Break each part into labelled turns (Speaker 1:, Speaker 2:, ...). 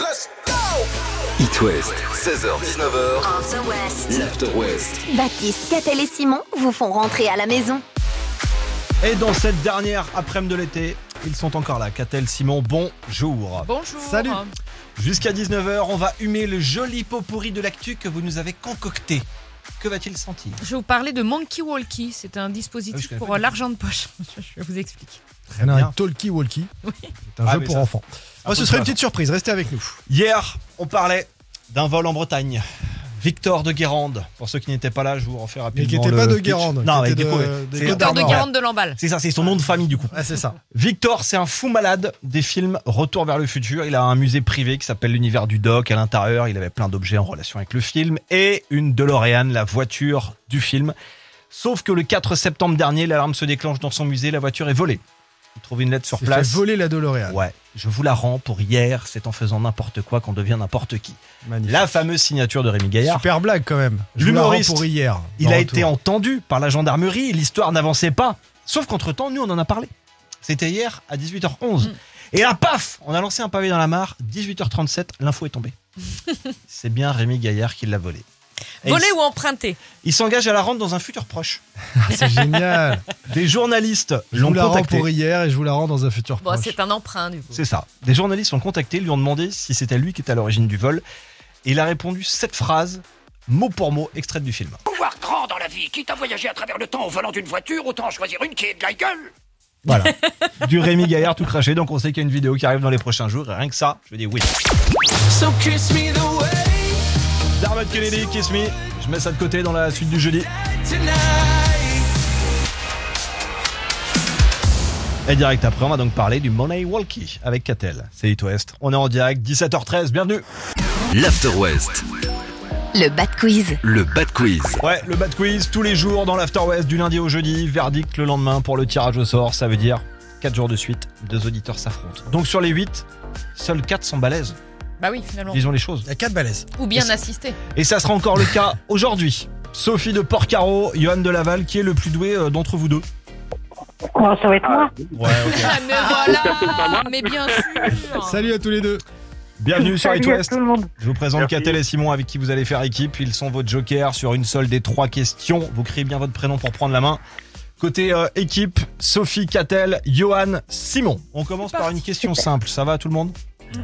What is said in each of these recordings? Speaker 1: Let's go
Speaker 2: It West, 16h-19h,
Speaker 3: After West.
Speaker 2: l'After West.
Speaker 3: Baptiste, Catel et Simon vous font rentrer à la maison.
Speaker 4: Et dans cette dernière après-midi de l'été, ils sont encore là. Catel, Simon, bonjour.
Speaker 5: Bonjour.
Speaker 4: Salut. Jusqu'à 19h, on va humer le joli pot pourri de l'actu que vous nous avez concocté. Que va-t-il sentir
Speaker 5: Je vais vous parler de Monkey Walkie. C'est un
Speaker 4: Ah oui, je
Speaker 5: dispositif
Speaker 4: connais
Speaker 5: pour
Speaker 4: pas
Speaker 5: euh, l'argent de poche. Je vous explique.
Speaker 4: Très
Speaker 6: Non,
Speaker 4: bien.
Speaker 6: un Talkie Walkie. C'est un
Speaker 4: Ah,
Speaker 6: jeu
Speaker 4: mais
Speaker 6: pour
Speaker 4: ça-
Speaker 6: enfants. Oh, ce
Speaker 4: peu
Speaker 6: serait
Speaker 4: ça.
Speaker 6: une petite surprise, restez avec nous.
Speaker 4: Hier, on parlait d'un vol en Bretagne. Victor de Guérande. Pour ceux qui n'étaient pas là, je vous refais
Speaker 6: Mais
Speaker 4: rapidement.
Speaker 6: qui n'était
Speaker 4: le
Speaker 6: pas de
Speaker 4: pitch.
Speaker 6: Guérande.
Speaker 4: Non,
Speaker 6: qui
Speaker 4: mais
Speaker 6: était
Speaker 4: du coup,
Speaker 6: de-
Speaker 4: c'est-
Speaker 6: des Côtes
Speaker 5: Victor de
Speaker 6: d'Armor.
Speaker 5: Guérande de Lamballe.
Speaker 4: C'est ça, c'est son nom de famille du coup.
Speaker 6: Ouais, c'est ça.
Speaker 4: Victor, c'est un fou malade des films Retour vers le futur. Il a un musée privé qui s'appelle l'univers du doc. À l'intérieur, il avait plein d'objets en relation avec le film et une DeLorean, la voiture du film. Sauf que le 4 septembre dernier, l'alarme se déclenche dans son musée. La voiture est volée. Il trouve une lettre sur
Speaker 6: Il fait
Speaker 4: place.
Speaker 6: voler la DeLorean.
Speaker 4: Ouais, je vous la rends pour hier. C'est en faisant n'importe quoi qu'on devient n'importe qui.
Speaker 6: Magnifique.
Speaker 4: La fameuse signature de Rémi Gaillard.
Speaker 6: Super blague quand même. Je vous la rends
Speaker 4: L'humoriste,
Speaker 6: pour hier.
Speaker 4: Il
Speaker 6: dans
Speaker 4: a
Speaker 6: Retour.
Speaker 4: été entendu par la gendarmerie, et l'histoire n'avançait pas. Sauf qu'entre-temps, nous, on en a parlé. C'était hier à 18h11.
Speaker 5: Mm.
Speaker 4: Et là, paf, on a lancé un pavé dans la mare. 18h37, l'info est tombée. C'est bien Rémi Gaillard qui l'a volé. Et
Speaker 5: Volé
Speaker 4: il-
Speaker 5: ou emprunté
Speaker 4: Il s'engage à la rendre dans un futur proche.
Speaker 6: C'est génial.
Speaker 4: Des journalistes
Speaker 6: Je
Speaker 4: l'ont
Speaker 6: vous la rends
Speaker 4: contacté.
Speaker 6: pour hier et je vous la rends dans un futur
Speaker 5: Bon,
Speaker 6: proche.
Speaker 5: c'est un emprunt du coup.
Speaker 4: C'est ça. Des journalistes l'ont contacté, lui ont demandé si c'était lui qui était à l'origine du vol. Et il a répondu cette phrase, mot pour mot, extraite du film.
Speaker 7: pouvoir grand dans la vie. Quitte à voyager à travers le temps au volant d'une voiture, autant en choisir une qui est de la gueule.
Speaker 4: Voilà. du Rémi Gaillard tout craché. Donc on sait qu'il y a une vidéo qui arrive dans les prochains jours. Et rien que ça, je dis oui. Dermot Kennedy, Kiss Me. Je mets ça de côté dans la suite du jeudi. Et direct après, on va donc parler du Money Walkie avec Catel. C'est It West. On est en direct, 17h13. Bienvenue.
Speaker 2: L'After West,
Speaker 3: Le Bat Quiz.
Speaker 2: le Bad Quiz.
Speaker 4: Ouais, le Bad Quiz tous les jours dans l'After West du lundi au jeudi. Verdict le lendemain pour le tirage au sort. Ça veut dire 4 jours de suite, deux auditeurs s'affrontent. Donc sur les 8, seuls 4 sont balèzes.
Speaker 5: Bah oui, finalement.
Speaker 4: Disons les choses.
Speaker 6: Il y a 4 balaises.
Speaker 5: Ou bien assisté.
Speaker 4: Et ça sera encore le cas aujourd'hui. Sophie de Porcaro, Johan de Laval, qui est le plus doué euh, d'entre vous deux
Speaker 8: Quoi, ça va être moi
Speaker 4: Ouais,
Speaker 5: Ah, mais voilà Mais bien sûr
Speaker 6: Salut à tous les deux.
Speaker 4: Bienvenue sur It
Speaker 8: Salut à
Speaker 4: West.
Speaker 8: tout le monde.
Speaker 4: Je vous présente
Speaker 9: Merci.
Speaker 4: Catel et Simon avec qui vous allez faire équipe. Ils sont vos jokers sur une seule des trois questions. Vous criez bien votre prénom pour prendre la main. Côté euh, équipe, Sophie, Catel, Johan, Simon. On commence par une question simple. Ça va tout le monde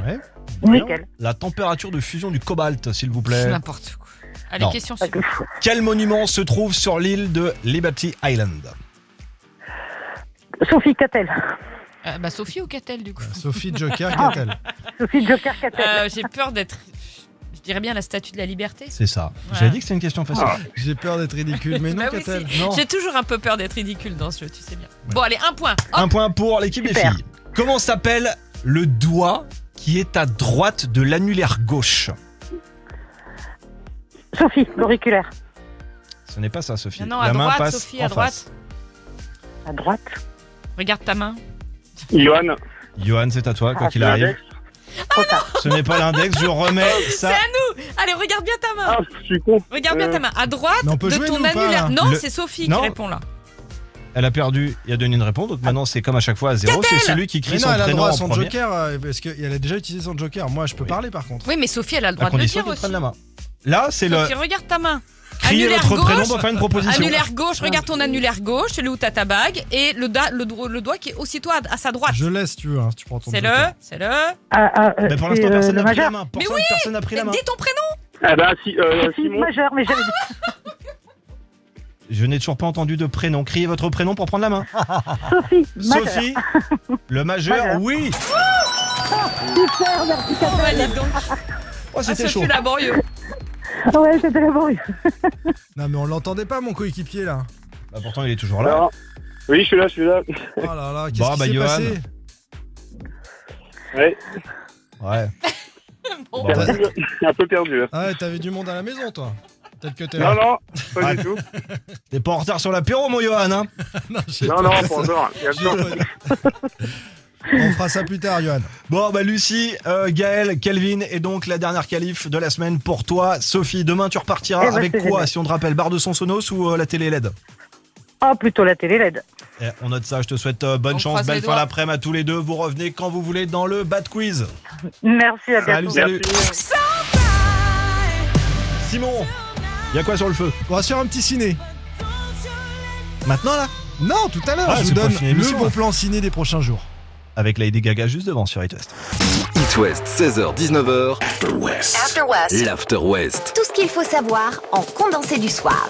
Speaker 6: Ouais.
Speaker 8: Oui.
Speaker 4: La température de fusion du cobalt, s'il vous
Speaker 5: C'est
Speaker 4: plaît.
Speaker 5: n'importe quoi. Allez,
Speaker 4: Non.
Speaker 5: question
Speaker 8: Pas de
Speaker 5: suivante.
Speaker 8: fou.
Speaker 4: Quel monument se trouve sur l'île de Liberty Island
Speaker 8: Sophie Catel.
Speaker 5: Euh, bah, Sophie ou Catel du coup
Speaker 6: Sophie Joker, qu'a-t-elle
Speaker 8: Sophie Joker Catel.
Speaker 5: Euh, J'ai peur d'être. Je dirais bien la statue de la liberté.
Speaker 4: C'est ça.
Speaker 5: Ouais.
Speaker 4: J'avais dit que c'était une question facile.
Speaker 8: Ah.
Speaker 6: J'ai peur d'être ridicule, mais non,
Speaker 5: Bah oui,
Speaker 6: qu'a-t-elle
Speaker 5: si.
Speaker 6: Non.
Speaker 5: J'ai toujours un peu peur d'être ridicule dans ce jeu, tu sais bien. Bon, allez, un point. Hop.
Speaker 4: Un point pour l'équipe des
Speaker 8: Super.
Speaker 4: filles. Comment s'appelle le doigt qui est à droite de l'annulaire gauche
Speaker 8: Sophie, l'auriculaire.
Speaker 4: Ce n'est pas ça, Sophie.
Speaker 5: Non, non,
Speaker 4: La
Speaker 5: à
Speaker 4: main
Speaker 5: droite,
Speaker 4: passe
Speaker 5: Sophie,
Speaker 4: en
Speaker 5: à droite.
Speaker 4: face.
Speaker 8: À droite.
Speaker 5: Regarde ta main.
Speaker 9: Johan,
Speaker 4: Johan, c'est à toi, quoi
Speaker 8: Ah,
Speaker 4: qu'il arrive.
Speaker 9: l'index.
Speaker 8: Trop tard.
Speaker 4: Ce n'est pas l'index, je remets ça.
Speaker 5: Allez, regarde bien ta main.
Speaker 9: Ah, je suis con.
Speaker 5: Regarde bien
Speaker 9: Euh,
Speaker 5: ta main. À droite
Speaker 6: Mais on peut
Speaker 5: de
Speaker 6: jouer,
Speaker 5: ton
Speaker 6: nous, ou pas,
Speaker 5: annulaire.
Speaker 6: là
Speaker 5: non,
Speaker 4: Le-
Speaker 5: c'est Sophie
Speaker 4: Non.
Speaker 5: qui répond là.
Speaker 4: Elle a perdu, il a donné une réponse, donc maintenant c'est comme à chaque fois à zéro. C'est celui qui
Speaker 6: Mais
Speaker 4: crie
Speaker 6: non,
Speaker 4: son
Speaker 6: elle a
Speaker 4: prénom
Speaker 6: droit à
Speaker 4: en
Speaker 6: son
Speaker 4: premier.
Speaker 6: Joker, euh, parce qu'elle a déjà utilisé son Joker. Moi, je peux
Speaker 4: Oui.
Speaker 6: parler par contre.
Speaker 5: Oui, mais Sophie, elle a
Speaker 4: À
Speaker 5: le droit de le
Speaker 4: condition
Speaker 5: dire
Speaker 4: qu'il
Speaker 5: aussi.
Speaker 4: prenne la main. Là, c'est le
Speaker 5: Sophie, regarde ta main.
Speaker 4: crier
Speaker 5: annulaire
Speaker 4: votre prénom
Speaker 5: gauche.
Speaker 4: pour faire une proposition.
Speaker 5: Annulaire gauche, regarde ton annulaire gauche, celui où t'as ta bague, et le, da- le, dro- le doigt qui est aussitôt à, à sa droite.
Speaker 6: Je laisse, tu veux, hein, si tu prends ton
Speaker 5: C'est
Speaker 6: Joker.
Speaker 5: le, c'est le.
Speaker 8: Ah, ah, euh,
Speaker 4: Mais pour
Speaker 8: c'est,
Speaker 4: l'instant,
Speaker 8: euh,
Speaker 4: personne
Speaker 8: le
Speaker 4: n'a pris la
Speaker 8: majeur.
Speaker 4: main. Personne- Personne n'a pris la main.
Speaker 5: Dis ton prénom.
Speaker 9: Ah bah, si, euh,
Speaker 8: Si,
Speaker 9: Simon.
Speaker 8: majeur, mais j'avais dit.
Speaker 4: Je n'ai toujours pas entendu de prénom. Criez votre prénom pour prendre la main.
Speaker 8: Sophie, majeur.
Speaker 4: Sophie, le majeur,
Speaker 8: Majeur.
Speaker 4: oui.
Speaker 8: Super, merci
Speaker 5: Oh,
Speaker 8: Catel.
Speaker 5: bah, dis donc.
Speaker 4: Oh,
Speaker 5: Ah,
Speaker 4: c'était
Speaker 5: ce
Speaker 4: chaud.
Speaker 5: fut laborieux.
Speaker 8: Ouais, c'était laborieux.
Speaker 6: Non, mais on l'entendait pas, mon coéquipier là.
Speaker 4: Bah, pourtant, il est toujours là.
Speaker 9: Alors, oui, je suis là, je suis là.
Speaker 6: Oh là là, qu'est-ce
Speaker 4: Bon,
Speaker 6: qui
Speaker 4: bah,
Speaker 6: s'est
Speaker 4: Johan.
Speaker 6: passé
Speaker 9: Ouais,
Speaker 4: Ouais.
Speaker 5: Bon.
Speaker 4: Bah,
Speaker 9: perdu, un peu perdu. hein.
Speaker 6: Ah ouais, t'avais du monde à la maison, toi. Peut-être que t'es
Speaker 9: Non,
Speaker 6: là.
Speaker 9: non, pas du tout.
Speaker 4: T'es pas en retard sur l'apéro, mon Johan, hein
Speaker 9: Non, non, pas encore. Il y a le temps.
Speaker 6: On fera ça plus tard, Johan.
Speaker 4: Bon, bah, Lucie, euh, Gaël, Kelvin et donc la dernière qualif de la semaine pour toi. Sophie, demain, tu repartiras
Speaker 8: Eh ben,
Speaker 4: avec
Speaker 8: c'est
Speaker 4: quoi
Speaker 8: génial.
Speaker 4: Si on te rappelle, barre de son Sonos ou euh, la télé LED
Speaker 8: Ah, plutôt la télé LED.
Speaker 4: Eh, on note ça. Je te souhaite euh, bonne
Speaker 5: On
Speaker 4: chance,
Speaker 5: croise
Speaker 4: belle
Speaker 5: les
Speaker 4: fin
Speaker 5: doigts.
Speaker 4: d'après-midi à tous les deux. Vous revenez quand vous voulez dans le Bad Quiz.
Speaker 8: Merci, à bientôt.
Speaker 4: Salut, salut.
Speaker 9: Merci.
Speaker 4: Simon, il y a quoi sur le feu
Speaker 6: On va se faire un petit ciné.
Speaker 4: Maintenant là
Speaker 6: Non, tout à l'heure,
Speaker 4: Ah,
Speaker 6: je vous
Speaker 4: c'est pas
Speaker 6: donne
Speaker 4: fini l'émission,
Speaker 6: le bon
Speaker 4: là.
Speaker 6: plan ciné des prochains jours.
Speaker 4: Avec Lady Gaga juste devant sur It West.
Speaker 2: It West, 16h-19h,
Speaker 3: After West.
Speaker 2: l'After West.
Speaker 3: Tout ce qu'il faut savoir en condensé du soir.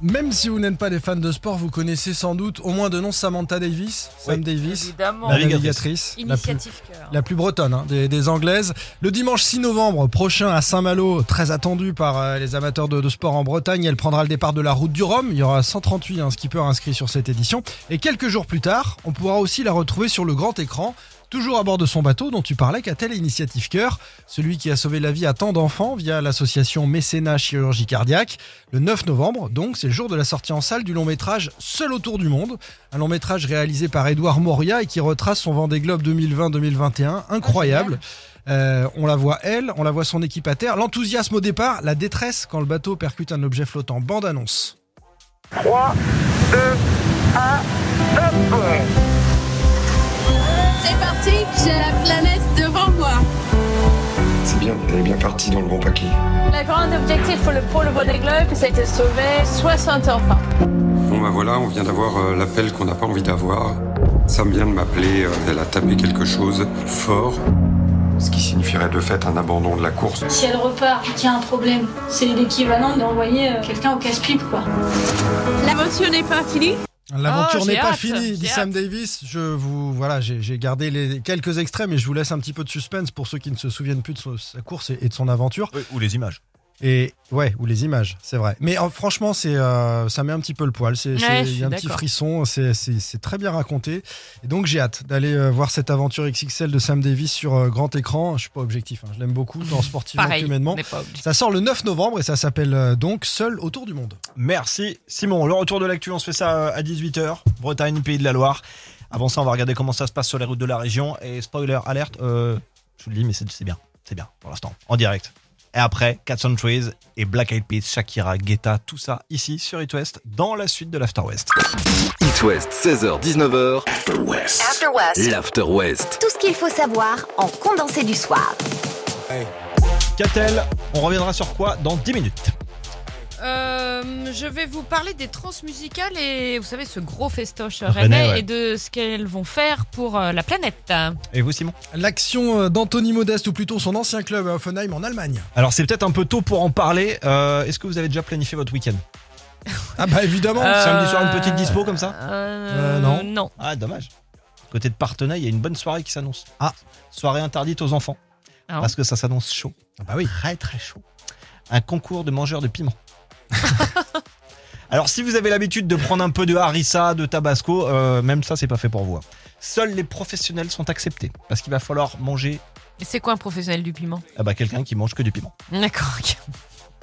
Speaker 6: Même si vous n'êtes pas des fans de sport, vous connaissez sans doute au moins de nom Samantha Davis, Sam
Speaker 4: Oui.
Speaker 6: Davis,
Speaker 5: Évidemment.
Speaker 6: la
Speaker 4: Navigatrice.
Speaker 6: navigatrice, la plus,
Speaker 5: Initiative cœur.
Speaker 6: la plus bretonne hein, des, des Anglaises. Le dimanche 6 novembre prochain à Saint-Malo, très attendu par euh, les amateurs de, de sport en Bretagne, elle prendra le départ de la route du Rhum. Il y aura 138 hein, skippers inscrits sur cette édition. Et quelques jours plus tard, on pourra aussi la retrouver sur le grand écran. Toujours à bord de son bateau dont tu parlais, qu'a-t-elle Initiative Cœur, celui qui a sauvé la vie à tant d'enfants via l'association Mécénat Chirurgie Cardiaque. Le 9 novembre, donc, c'est le jour de la sortie en salle du long métrage Seul autour du monde, un long métrage réalisé par Édouard Moria et qui retrace son Vendée Globe 2020-2021, incroyable. Euh, on la voit elle, on la voit son équipe à terre, l'enthousiasme au départ, la détresse quand le bateau percute un objet flottant. Bande annonce.
Speaker 9: 3, 2, 1, hop
Speaker 1: C'est parti, j'ai la planète devant moi.
Speaker 10: C'est bien, elle est bien partie dans le bon paquet.
Speaker 1: Le grand objectif pour le pôle Vendée Globe, c'est de sauver 60 enfants.
Speaker 10: Bon bah voilà, on vient d'avoir euh, l'appel qu'on n'a pas envie d'avoir. Sam vient de m'appeler, euh, elle a tapé quelque chose fort. Ce qui signifierait de fait un abandon de la course.
Speaker 1: Si elle repart et qu'il y a un problème, c'est l'équivalent d'envoyer euh, quelqu'un au casse-pipe, quoi. L'aventure n'est pas finie
Speaker 6: L'aventure
Speaker 5: Oh,
Speaker 6: n'est
Speaker 5: j'ai
Speaker 6: pas
Speaker 5: hâte,
Speaker 6: finie,
Speaker 5: j'ai
Speaker 6: dit Sam
Speaker 5: hâte.
Speaker 6: Davis. Je vous voilà, j'ai j'ai gardé les quelques extraits, mais je vous laisse un petit peu de suspense pour ceux qui ne se souviennent plus de son- sa course et et de son aventure.
Speaker 4: ou les images.
Speaker 6: Et ouais, ou les images, c'est vrai. Mais euh, franchement, c'est euh, ça met un petit peu le poil. C'est
Speaker 5: Ouais,
Speaker 6: c'est-
Speaker 5: je
Speaker 6: il y
Speaker 5: suis
Speaker 6: a un petit
Speaker 5: d'accord.
Speaker 6: frisson. C'est- C'est c'est très bien raconté. Et donc j'ai hâte d'aller euh, voir cette aventure XXL de Sam Davis sur euh, grand écran. Je suis pas objectif, hein, je l'aime beaucoup, tant sportivement
Speaker 5: Pareil.
Speaker 6: humainement.
Speaker 5: on n'est pas obligé.
Speaker 6: Ça sort le 9 novembre et ça s'appelle euh, donc Seul autour du monde.
Speaker 4: Merci Simon. Le retour de l'actu, on se fait ça euh, à 18h. Bretagne, Pays de la Loire. Avant ça, on va regarder comment ça se passe sur les routes de la région. Et spoiler alerte, euh, je vous le dis, mais c'est c'est bien. C'est bien pour l'instant. En direct. Et après, Cats on Trees et Black Eyed Peas, Shakira, Guetta, tout ça ici sur It West dans la suite de l'After West.
Speaker 2: It West, 16h-19h,
Speaker 3: After West.
Speaker 2: l'After West.
Speaker 3: Tout ce qu'il faut savoir en condensé du soir.
Speaker 4: Catel, on reviendra sur quoi dans 10 minutes
Speaker 5: Euh, je vais vous parler des trans musicales et vous savez ce gros festoche
Speaker 6: Ah,
Speaker 4: Rennais,
Speaker 5: rennais
Speaker 4: ouais.
Speaker 5: et de ce qu'elles vont faire pour euh, la planète.
Speaker 4: Et vous, Simon
Speaker 6: L'action euh, d'Anthony Modeste ou plutôt son ancien club à Offenheim en Allemagne.
Speaker 4: Alors, c'est peut-être un peu tôt pour en parler. Euh, Est-ce que vous avez déjà planifié votre week-end
Speaker 6: Ah bah évidemment.
Speaker 5: Euh,
Speaker 4: Samedi soir, une petite dispo comme ça
Speaker 5: Euh,
Speaker 6: Euh, non.
Speaker 5: Non.
Speaker 4: Ah, dommage. Côté de Partenay, il y a une bonne soirée qui s'annonce.
Speaker 6: Ah.
Speaker 4: Soirée interdite aux enfants.
Speaker 5: Ah.
Speaker 4: Parce que ça s'annonce chaud. bah oui. Très, très chaud. Un concours de mangeurs de piment. Alors, si vous avez l'habitude de prendre un peu de harissa, de tabasco, euh, même ça, c'est pas fait pour vous. hein. Seuls les professionnels sont acceptés. Parce qu'il va falloir manger
Speaker 5: Et C'est quoi un professionnel du piment
Speaker 4: ah bah, quelqu'un qui mange que du piment.
Speaker 5: D'accord. ok.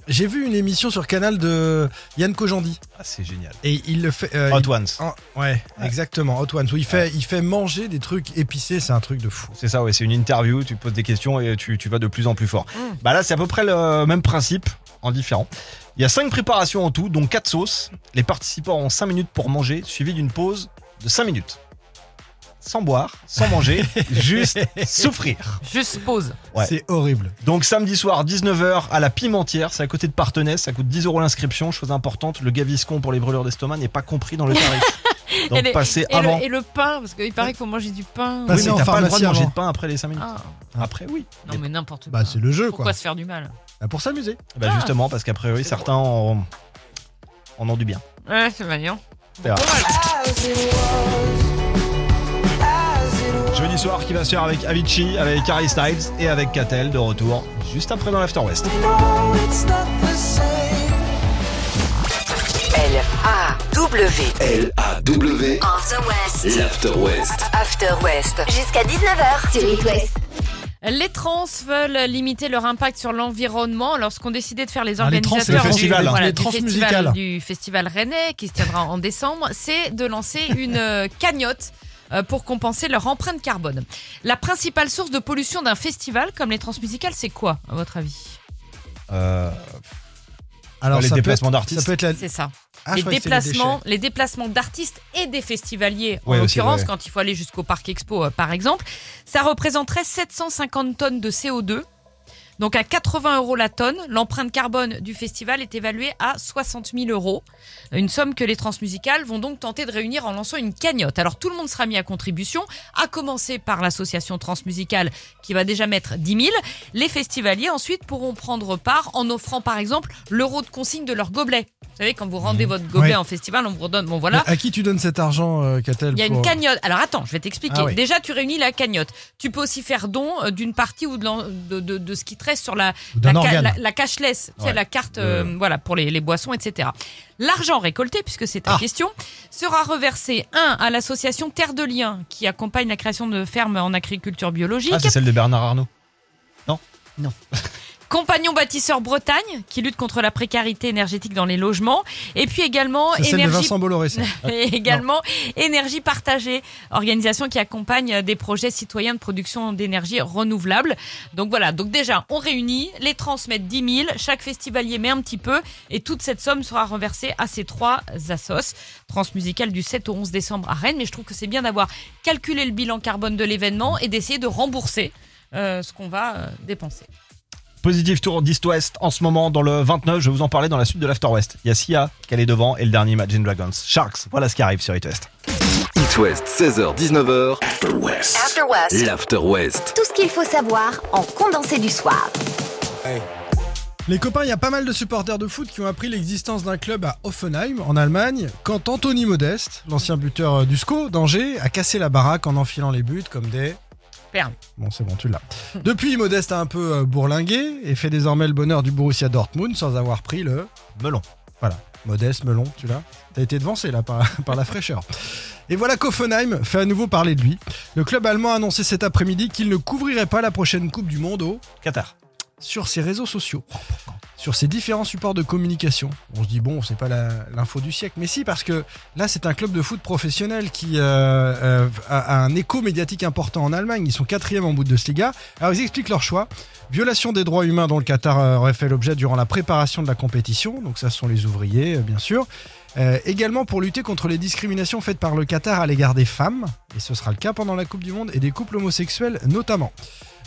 Speaker 6: J'ai vu une émission sur Canal de Yann Kojandi
Speaker 4: Ah, c'est génial.
Speaker 6: et il le fait. euh,
Speaker 4: Hot
Speaker 6: il-
Speaker 4: Ones.
Speaker 6: Ah, ouais, exactement. Hot Ones, où il fait, il fait manger des trucs épicés, c'est un truc de fou.
Speaker 4: C'est ça, ouais, c'est une interview, tu poses des questions et tu, tu vas de plus en plus
Speaker 6: Mm.
Speaker 4: fort. Bah là, c'est à peu près le même principe, en différent. Il y a 5 préparations en tout, dont 4 sauces. Les participants ont 5 minutes pour manger, suivi d'une pause de 5 minutes. Sans boire, sans manger, juste souffrir.
Speaker 5: Juste pause.
Speaker 4: Ouais.
Speaker 6: C'est horrible.
Speaker 4: Donc samedi soir, 19h, à la Pimentière, c'est à côté de Partenay, ça coûte 10 euros l'inscription, chose importante, le gaviscon pour les brûleurs d'estomac n'est pas compris dans le tarif.
Speaker 5: et,
Speaker 4: Donc
Speaker 5: les-
Speaker 4: passez
Speaker 5: et
Speaker 6: Ah
Speaker 5: le,
Speaker 4: avant.
Speaker 5: et le pain, parce qu'il paraît qu'il faut manger du pain.
Speaker 6: Passer
Speaker 4: oui, mais
Speaker 6: en
Speaker 4: t'as pas le droit
Speaker 6: pharmacie
Speaker 4: de manger
Speaker 6: avant.
Speaker 4: de pain après les 5 minutes.
Speaker 5: Ah,
Speaker 4: Après, oui.
Speaker 5: non, mais n'importe quoi.
Speaker 6: Bah c'est le jeu
Speaker 5: Pourquoi
Speaker 6: quoi.
Speaker 5: se faire du mal
Speaker 6: Bah, pour s'amuser.
Speaker 4: Bah
Speaker 5: Ah.
Speaker 4: justement, parce qu'a priori,
Speaker 5: C'est
Speaker 4: certains en, en ont du bien.
Speaker 5: Ouais, c'est mignon.
Speaker 4: C'est vrai. Jeudi soir qui va se faire avec Avicii, avec Harry Styles et avec Catel de retour juste après dans l'After West.
Speaker 3: L-A-W.
Speaker 2: L-A-W,
Speaker 3: On the West.
Speaker 2: l'After West.
Speaker 3: After West. Jusqu'à 19h sur It West.
Speaker 5: Les trans veulent limiter leur impact sur l'environnement. Alors, ce qu'ont décidé de faire les
Speaker 6: Ah, les trans,
Speaker 5: organisateurs
Speaker 4: c'est le festival,
Speaker 5: du,
Speaker 4: hein.
Speaker 5: voilà,
Speaker 6: Les
Speaker 5: du
Speaker 6: trans musicales.
Speaker 5: festival, du festival rennais, qui se tiendra en décembre, c'est de lancer une euh, cagnotte euh, pour compenser leur empreinte carbone. La principale source de pollution d'un festival comme les trans musicales, c'est quoi, à votre avis
Speaker 4: Euh,
Speaker 6: Alors
Speaker 4: les
Speaker 6: ça peut,
Speaker 4: déplacements
Speaker 6: être,
Speaker 4: d'artistes.
Speaker 6: ça peut être la-
Speaker 5: C'est ça.
Speaker 6: Ah, je
Speaker 5: les,
Speaker 6: croyais que c'était
Speaker 5: déplacements, les déplacements d'artistes et des festivaliers,
Speaker 6: Ouais,
Speaker 5: en
Speaker 6: aussi,
Speaker 5: l'occurrence,
Speaker 6: ouais, ouais.
Speaker 5: quand il faut aller jusqu'au Parc Expo, euh, par exemple. Ça représenterait 750 tonnes de CO2. Donc à 80 euros la tonne, l'empreinte carbone du festival est évaluée à 60 000 euros. Une somme que les transmusicales vont donc tenter de réunir en lançant une cagnotte. Alors tout le monde sera mis à contribution, à commencer par l'association transmusicale qui va déjà mettre 10 000. Les festivaliers ensuite pourront prendre part en offrant par exemple l'euro de consigne de leur gobelet. Vous savez, quand vous rendez votre gobelet
Speaker 6: Ouais.
Speaker 5: en festival, on vous redonne. Bon
Speaker 6: Mais
Speaker 5: voilà.
Speaker 6: À qui tu donnes cet argent, euh, Catel
Speaker 5: Il y a une
Speaker 6: pour-
Speaker 5: cagnotte. Alors attends, je vais t'expliquer.
Speaker 6: Ah oui.
Speaker 5: Déjà, tu réunis la cagnotte. Tu peux aussi faire don euh, d'une partie ou de, l'en- de, de- de ce qui te reste sur la,
Speaker 6: Ou d'un
Speaker 5: la,
Speaker 6: organe.
Speaker 5: la- la cashless, tu sais,
Speaker 4: Ouais.
Speaker 5: la carte euh, voilà, pour les, les boissons, etc. L'argent récolté, puisque c'est ta
Speaker 6: Ah.
Speaker 5: question, sera reversé, un, à l'association Terre de Liens, qui accompagne la création de fermes en agriculture biologique.
Speaker 4: Ah, c'est celle de Bernard Arnault.
Speaker 5: Compagnon bâtisseur Bretagne, qui lutte contre la précarité énergétique dans les logements. Et puis également,
Speaker 6: C'est celle de
Speaker 5: énergie
Speaker 6: Vincent Bolloré, ça.
Speaker 5: et également Énergie Partagée, organisation qui accompagne des projets citoyens de production d'énergie renouvelable. Donc voilà, donc déjà, on réunit, les trans mettent 10 000, chaque festivalier met un petit peu, et toute cette somme sera renversée à ces trois assos. Transmusicale du 7 au 11 décembre à Rennes, mais je trouve que c'est bien d'avoir calculé le bilan carbone de l'événement et d'essayer de rembourser. euh, ce qu'on va euh, dépenser.
Speaker 4: Positive Tour d'East West en ce moment dans le 29. Je vais vous en parler dans la suite de l'After West. Il y a Sia qui est devant et le dernier Imagine Dragons. Sharks, voilà ce qui arrive sur It West.
Speaker 2: It West, 16h-19h,
Speaker 3: After West.
Speaker 2: l'After West.
Speaker 3: Tout ce qu'il faut savoir en condensé du soir.
Speaker 6: Les copains, il y a pas mal de supporters de foot qui ont appris l'existence d'un club à Offenheim, en Allemagne, quand Anthony Modeste, l'ancien buteur euh, du SCO d'Angers, a cassé la baraque en enfilant les buts comme des...
Speaker 5: Perles.
Speaker 6: Bon, c'est bon, tu l'as. Depuis, Modeste a un peu euh, bourlingué et fait désormais le bonheur du Borussia Dortmund sans avoir pris le melon. Voilà, Modeste, melon, tu l'as. T'as été devancé là par, par la fraîcheur. Et voilà qu'Offenheim fait à nouveau parler de lui. Le club allemand a annoncé cet après-midi qu'il ne couvrirait pas la prochaine Coupe du Monde au
Speaker 4: Qatar.
Speaker 6: sur ses réseaux sociaux, Oh, sur ses différents supports de communication. On se dit, bon, c'est pas la- l'info du siècle, mais si, parce que là, c'est un club de foot professionnel qui euh, euh, a, a un écho médiatique important en Allemagne. Ils sont quatrième en Bundesliga. Alors, ils expliquent leur choix. Violation des droits humains dont le Qatar euh, aurait fait l'objet durant la préparation de la compétition. Donc, ça, ce sont les ouvriers, euh, bien sûr. Euh, également pour lutter contre les discriminations faites par le Qatar à l'égard des femmes, et ce sera le cas pendant la Coupe du Monde, et des couples homosexuels notamment.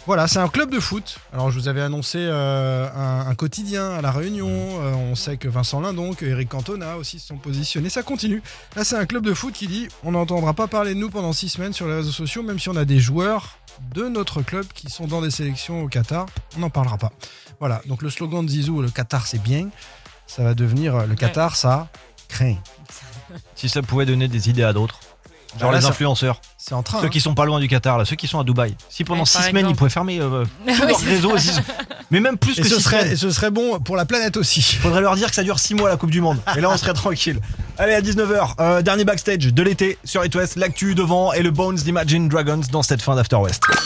Speaker 6: Voilà, c'est un club de foot. Alors, je vous avais annoncé euh, un, un quotidien à La Réunion. Euh, on sait que Vincent Lindon, que Eric Cantona aussi se sont positionnés. Ça continue. Là, c'est un club de foot qui dit on n'entendra pas parler de nous pendant six semaines sur les réseaux sociaux, même si on a des joueurs de notre club qui sont dans des sélections au Qatar. On n'en parlera pas. Voilà, donc le slogan de Zizou, le Qatar, c'est bien. Ça va devenir euh, le Qatar, ça craint.
Speaker 4: Si ça pouvait donner des idées à d'autres. Genre
Speaker 6: Ah, là,
Speaker 4: les
Speaker 6: ça-
Speaker 4: influenceurs.
Speaker 6: C'est en train.
Speaker 4: Bah Ceux
Speaker 6: hein.
Speaker 4: qui sont pas loin du Qatar, là, ceux qui sont à Dubaï. Si pendant
Speaker 5: Ouais,
Speaker 4: six
Speaker 5: par
Speaker 4: semaines,
Speaker 5: exemple.
Speaker 4: ils pouvaient fermer euh, tous
Speaker 5: Oui,
Speaker 4: leurs
Speaker 5: c'est
Speaker 4: réseaux. six- Mais même plus
Speaker 6: Et
Speaker 4: que
Speaker 6: ce,
Speaker 4: six
Speaker 6: serait,
Speaker 4: semaines.
Speaker 6: et ce serait bon pour la planète aussi.
Speaker 4: Faudrait leur dire que ça dure 6 mois la Coupe du Monde. Et là, on serait tranquille. Allez, à 19h, euh, dernier backstage de l'été sur It West, l'actu devant et le Bones d'Imagine Dragons dans cette fin d'After West.